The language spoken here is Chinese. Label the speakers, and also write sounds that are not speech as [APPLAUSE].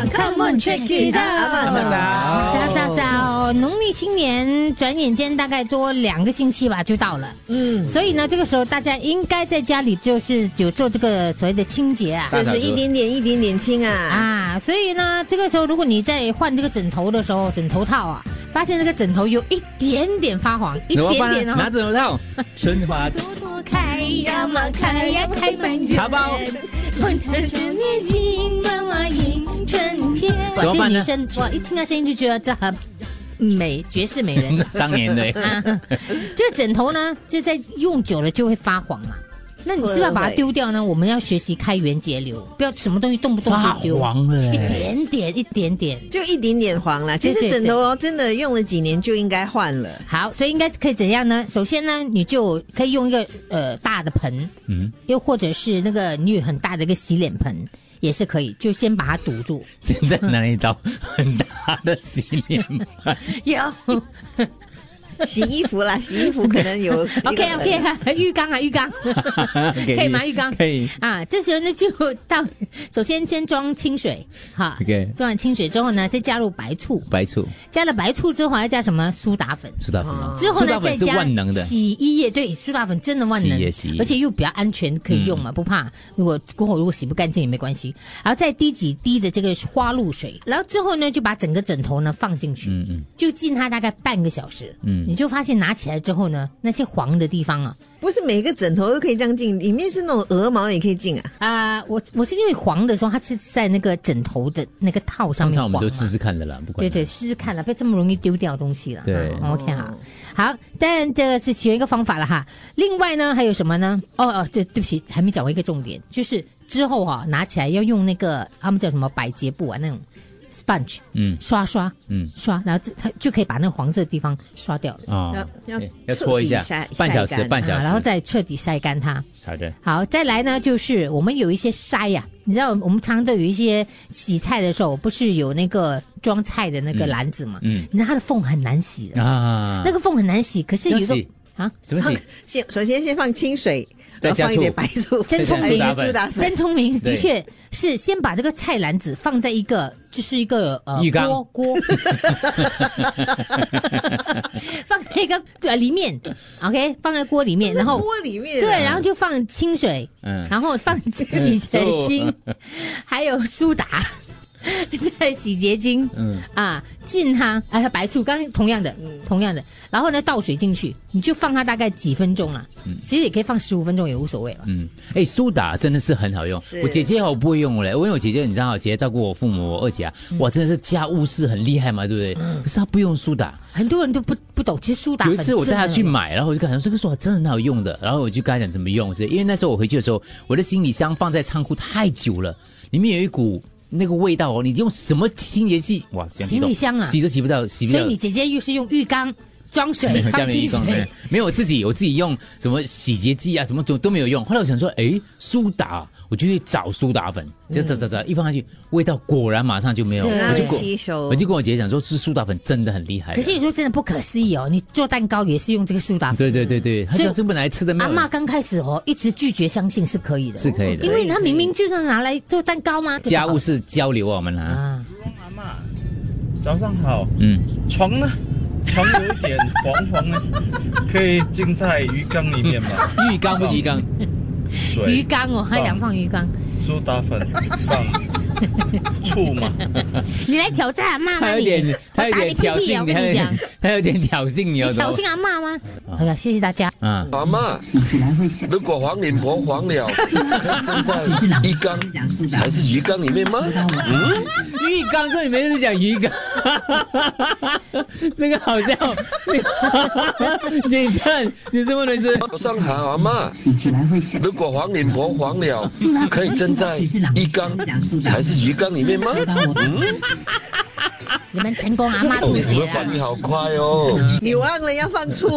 Speaker 1: Come on, check it out！早早早，哦农历新年转眼间大概多两个星期吧就到了，
Speaker 2: 嗯，
Speaker 1: 所以呢，这个时候大家应该在家里就是有做这个所谓的清洁啊。
Speaker 2: 就是一点点一点点轻啊，
Speaker 1: 啊，所以呢，这个时候如果你在换这个枕头的时候，枕头套啊，发现这个枕头有一点点发黄，一
Speaker 3: 怎么
Speaker 1: 点
Speaker 3: 办
Speaker 1: 点
Speaker 3: 呢？拿
Speaker 1: 哦，
Speaker 3: 枕头套，春花
Speaker 4: 朵朵开呀嘛开呀开满园，
Speaker 3: 茶包
Speaker 4: 满堂是你心，妈妈迎春天。
Speaker 1: 哇，这
Speaker 3: 怎么
Speaker 1: 个
Speaker 3: 办呢
Speaker 1: 女生，哇，一听到声音就觉得这很美，绝世美
Speaker 3: [LAUGHS]
Speaker 1: 人。
Speaker 3: 当年的，
Speaker 1: 这个枕头呢，就在用久了就会发黄嘛。那你是不是要把它丢掉呢？我们要学习开源节流，不要什么东西动不动
Speaker 3: 发
Speaker 1: 就丢，哎
Speaker 3: 黄了
Speaker 1: 一
Speaker 3: 欸，
Speaker 1: 点点一点点。
Speaker 2: 就一点点黄啦。其
Speaker 1: 对
Speaker 2: 实
Speaker 1: 对
Speaker 2: 枕头哦，真的用了几年就应该换了。
Speaker 1: [LAUGHS] 好，所以应该可以怎样呢？首先呢，你就可以用一个呃大的盆，
Speaker 3: 嗯，
Speaker 1: 又或者是那个你有很大的一个洗脸盆也是可以，就先把它堵住。
Speaker 3: 现在哪里找很大的洗脸盆？
Speaker 1: [LAUGHS] 有
Speaker 2: 洗衣服啦，洗衣服可能有
Speaker 1: OK OK，浴 [LAUGHS] 缸啊浴缸， [LAUGHS] 可以吗？浴缸
Speaker 3: 可以。
Speaker 1: 啊，这时候呢就到， [LAUGHS] 首先先装清水，哈
Speaker 3: OK
Speaker 1: 装完清水之后呢，再加入白醋，
Speaker 3: 白醋、
Speaker 1: 加了白醋之后还要加什么苏打粉。
Speaker 3: 苏打粉吗，
Speaker 1: 哦之后
Speaker 3: 苏打
Speaker 1: 呢，
Speaker 3: 粉
Speaker 1: 再
Speaker 3: 是
Speaker 1: 加
Speaker 3: 万能的，
Speaker 1: 洗衣液，对，苏打粉真的万能
Speaker 3: 洗衣液洗衣，液
Speaker 1: 而且又比较安全，可以用嘛，不怕。如果过后如果洗不干净也没关系，然后再滴几滴的这个花露水，然后之后呢，就把整个枕头呢放进去，
Speaker 3: 嗯嗯，
Speaker 1: 就浸它大概半个小时，
Speaker 3: 嗯
Speaker 1: 你就发现拿起来之后呢，那些黄的地方啊，
Speaker 2: 不是每个枕头都可以这样进，里面是那种鹅毛也可以进啊。
Speaker 1: 啊、我我是因为黄的时候，它是在那个枕头的那个套上
Speaker 3: 通
Speaker 1: 面黄啊
Speaker 3: 常我
Speaker 1: 嘛
Speaker 3: 们都试试看的啦，不管
Speaker 1: 对对，试试看了，不要这么容易丢掉东西了。
Speaker 3: 对
Speaker 1: 嗯 OK 好，好，但这个是其中一个方法了哈。另外呢，还有什么呢？哦哦，对，对不起，还没讲完一个重点，就是之后哈、拿起来要用那个他们叫什么百洁布啊，那种 sponge
Speaker 3: 嗯
Speaker 1: 刷刷
Speaker 3: 嗯
Speaker 1: 刷，然后这它就可以把那个黄色的地方刷掉了。
Speaker 3: 啊，
Speaker 2: 要
Speaker 3: 对
Speaker 2: 要
Speaker 3: 要搓一下
Speaker 2: 彻底晒，
Speaker 3: 半小
Speaker 2: 晒
Speaker 3: 时，
Speaker 2: 干
Speaker 3: 半小
Speaker 1: 啊，
Speaker 3: 时，
Speaker 1: 然后再彻底晒干它。
Speaker 3: 好的，
Speaker 1: 好，再来呢，就是我们有一些筛呀、你知道我们常常都有一些洗菜的时候，不是有那个装菜的那个篮子嘛？
Speaker 3: 嗯
Speaker 1: 你知道它的缝很难洗的，
Speaker 3: 啊，
Speaker 1: 那个缝很难洗，可是有一
Speaker 3: 这
Speaker 1: 个
Speaker 3: 样洗
Speaker 1: 啊，
Speaker 3: 怎么洗？
Speaker 2: 先首先先放清水，
Speaker 3: 再
Speaker 2: 然后
Speaker 3: 加
Speaker 2: 放一
Speaker 3: 醋
Speaker 2: 点白醋，哎
Speaker 1: 真聪明
Speaker 2: 再加苏打粉
Speaker 1: 真。聪明，
Speaker 3: 对
Speaker 1: 的确是先把这个菜篮子放在一个就是一个呃
Speaker 3: 浴缸
Speaker 1: 锅
Speaker 3: [LAUGHS]
Speaker 1: 锅，放在一个呃里面，OK，放在锅里面，然后
Speaker 2: 锅里面
Speaker 1: 对，
Speaker 2: 啊
Speaker 1: 然后就放清水，
Speaker 3: 嗯
Speaker 1: 然后放洗洁精
Speaker 3: 醋，
Speaker 1: [LAUGHS] 还有苏打。 [LAUGHS] 在洗洁精，
Speaker 3: 嗯
Speaker 1: 啊，浸它，还有白醋，刚同样的，嗯同样的，然后呢倒水进去，你就放它大概几分钟啦，其实也可以放十五分钟也无所谓了。
Speaker 3: 嗯，哎，苏打真的是很好用
Speaker 2: 是，
Speaker 3: 我姐姐好不会用嘞，我有姐姐，你知道，姐姐照顾我父母，我二姐啊，
Speaker 1: 嗯
Speaker 3: 哇，真的是家务事很厉害嘛，对不对？可是她不用苏打，
Speaker 1: 很多人都不不懂，其实嗯苏打
Speaker 3: 有
Speaker 1: 粉
Speaker 3: 一次我带她去
Speaker 1: 真的
Speaker 3: 买，然后我就跟她说这个苏打真的很好用的，然后我就跟她讲怎么用，是因为那时候我回去的时候，我的行李箱放在仓库太久了，里面有一股。那个味道哦，你用什么清洁剂？哇，这样激动
Speaker 1: 行李箱啊
Speaker 3: 洗都洗不到，洗不
Speaker 1: 所以
Speaker 3: 掉。
Speaker 1: 你姐姐又是用浴缸装
Speaker 3: [LAUGHS]
Speaker 1: 水
Speaker 3: 没有
Speaker 1: 放
Speaker 3: 没有
Speaker 1: 清
Speaker 3: 一共
Speaker 1: 水，
Speaker 3: 没有我自己我自己用什么洗洁剂啊，什么都都没有用。后来我想说，诶，苏打，我就去找苏打粉，就找找找，一放下去，味道果然马上就没有。
Speaker 1: 是啊
Speaker 3: 我就
Speaker 2: 会吸
Speaker 3: 跟
Speaker 2: 收
Speaker 3: 我我就跟我姐姐讲说，是苏打粉真的很厉害的。
Speaker 1: 可是你说真的不可思议哦，你做蛋糕也是用这个苏打粉。
Speaker 3: 对对对对，她
Speaker 1: 所以
Speaker 3: 讲这本来吃的没
Speaker 1: 阿
Speaker 3: 有
Speaker 1: 嬷刚开始哦，一直拒绝相信是可以的，
Speaker 3: 是可以的
Speaker 1: 因为她明明就是拿来做蛋糕嘛。
Speaker 3: 家务事交流啊，我们啊，
Speaker 1: 啊，
Speaker 5: 阿妈，早上好。
Speaker 3: 嗯，
Speaker 5: 床呢？床有一点黄黄的，可以浸在鱼缸里面吗？
Speaker 3: 浴缸不浴缸，
Speaker 1: 鱼
Speaker 5: 水、
Speaker 1: 缸哦，还
Speaker 3: 啊
Speaker 1: 想放鱼缸，
Speaker 5: 苏打粉、放醋嘛。
Speaker 1: 你来挑战阿嬷吗？
Speaker 3: 她有
Speaker 1: 你
Speaker 3: 点她有点挑衅
Speaker 1: 我
Speaker 3: 你，
Speaker 1: 打
Speaker 3: 她
Speaker 1: 你屁
Speaker 3: 有
Speaker 1: 屁啊
Speaker 3: 点她有点挑衅你
Speaker 1: 我跟
Speaker 3: 哦，
Speaker 1: 你讲，你挑
Speaker 3: 怎么
Speaker 1: 衅阿嬷吗？哎呀，谢谢大家。
Speaker 3: 啊？
Speaker 6: 妈妈，如果黄脸婆黄了，住在鱼缸还是鱼缸里面吗？嗯。
Speaker 3: 浴缸这里面就是讲鱼缸， [LAUGHS] 这个好像， [LAUGHS] 你看你这么认真，
Speaker 6: 早上好，阿妈。如果黄脸婆黄了，可以蒸在鱼缸还是鱼缸里面吗？嗯，
Speaker 1: 你们成
Speaker 3: [LAUGHS]
Speaker 1: 功阿嬷渡
Speaker 6: 你
Speaker 1: 劫
Speaker 6: 们
Speaker 1: 了
Speaker 6: 反。应好快哦。
Speaker 2: 你忘了要放醋。